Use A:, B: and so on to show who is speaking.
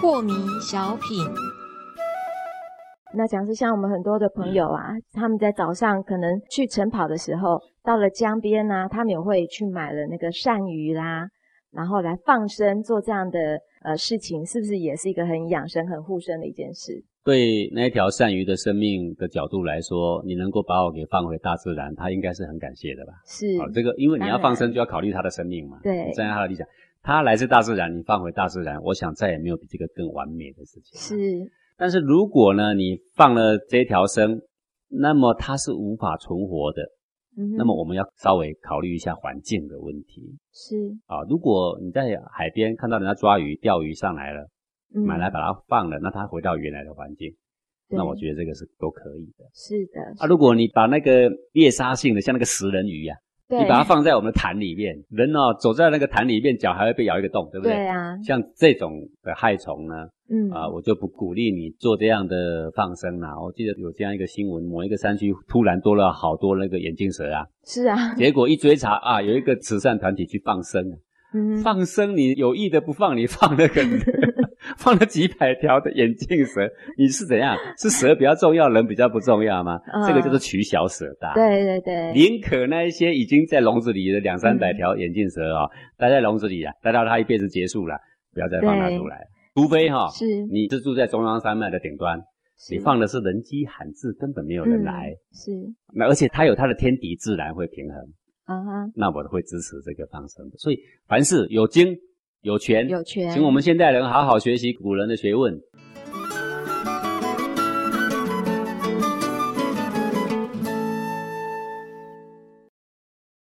A: 破迷小品，
B: 那讲是像我们很多的朋友啊，他们在早上可能去晨跑的时候，到了江边啊，他们也会去买了那个鳝鱼啦，然后来放生，做这样的呃事情，是不是也是一个很养生、很护身的一件事？
C: 对那一条鳝鱼的生命的角度来说，你能够把我给放回大自然，他应该是很感谢的吧？啊
B: 是，
C: 好，这个因为你
B: 当
C: 要
B: 然
C: 放生，就要考虑他的生命嘛。
B: 对
C: 你站在他的立场，他来自大自然，你放回大自然，我想再也没有比这个更完美的事情。。
B: 是，
C: 但是如果呢，你放了这条生，那么它是无法存活的。
B: 嗯哼
C: 那么我们要稍微考虑一下环境的问题
B: 是
C: 啊。如果你在海边看到人家抓鱼、钓鱼上来了，
B: 嗯
C: 买来把它放了，那它回到原来的环境，
B: 对
C: 那我觉得这个是都可以的。
B: 是的，
C: 啊，如果你把那个猎杀性的，像那个食人鱼呀、啊
B: 对，
C: 你把它放在我们的坛里面，人哦走在那个坛里面，脚还会被咬一个洞，对不对？
B: 对啊，
C: 像这种的害虫呢，
B: 嗯
C: 啊、我就不鼓励你做这样的放生啦。我记得有这样一个新闻，某一个山区突然多了好多那个眼镜蛇啊，
B: 是啊，
C: 结果一追查啊，有一个慈善团体去放生啊，
B: 嗯哼，
C: 放生你有意的不放，你放那个 放了几百条的眼镜蛇，你是怎样？是蛇比较重要，人比较不重要吗？
B: 嗯
C: 这个就是取小舍大。。
B: 对对对，
C: 宁可那一些已经在笼子里的两三百条眼镜蛇
B: 嗯
C: 啊、待在笼子里啊，待到它一辈子结束了，不要再放它
B: 对
C: 出来。除非哈、
B: 是
C: 你是住在中央山脉的顶端，你
B: 是
C: 放的是人迹罕至，根本没有人
B: 嗯
C: 来。
B: 是
C: 那而且它有它的天敌，自然会平衡。
B: 啊哈，
C: 那我会支持这个放生的。所以凡事有经有权，
B: 有权，
C: 请我们现代人好好学习古人的学问。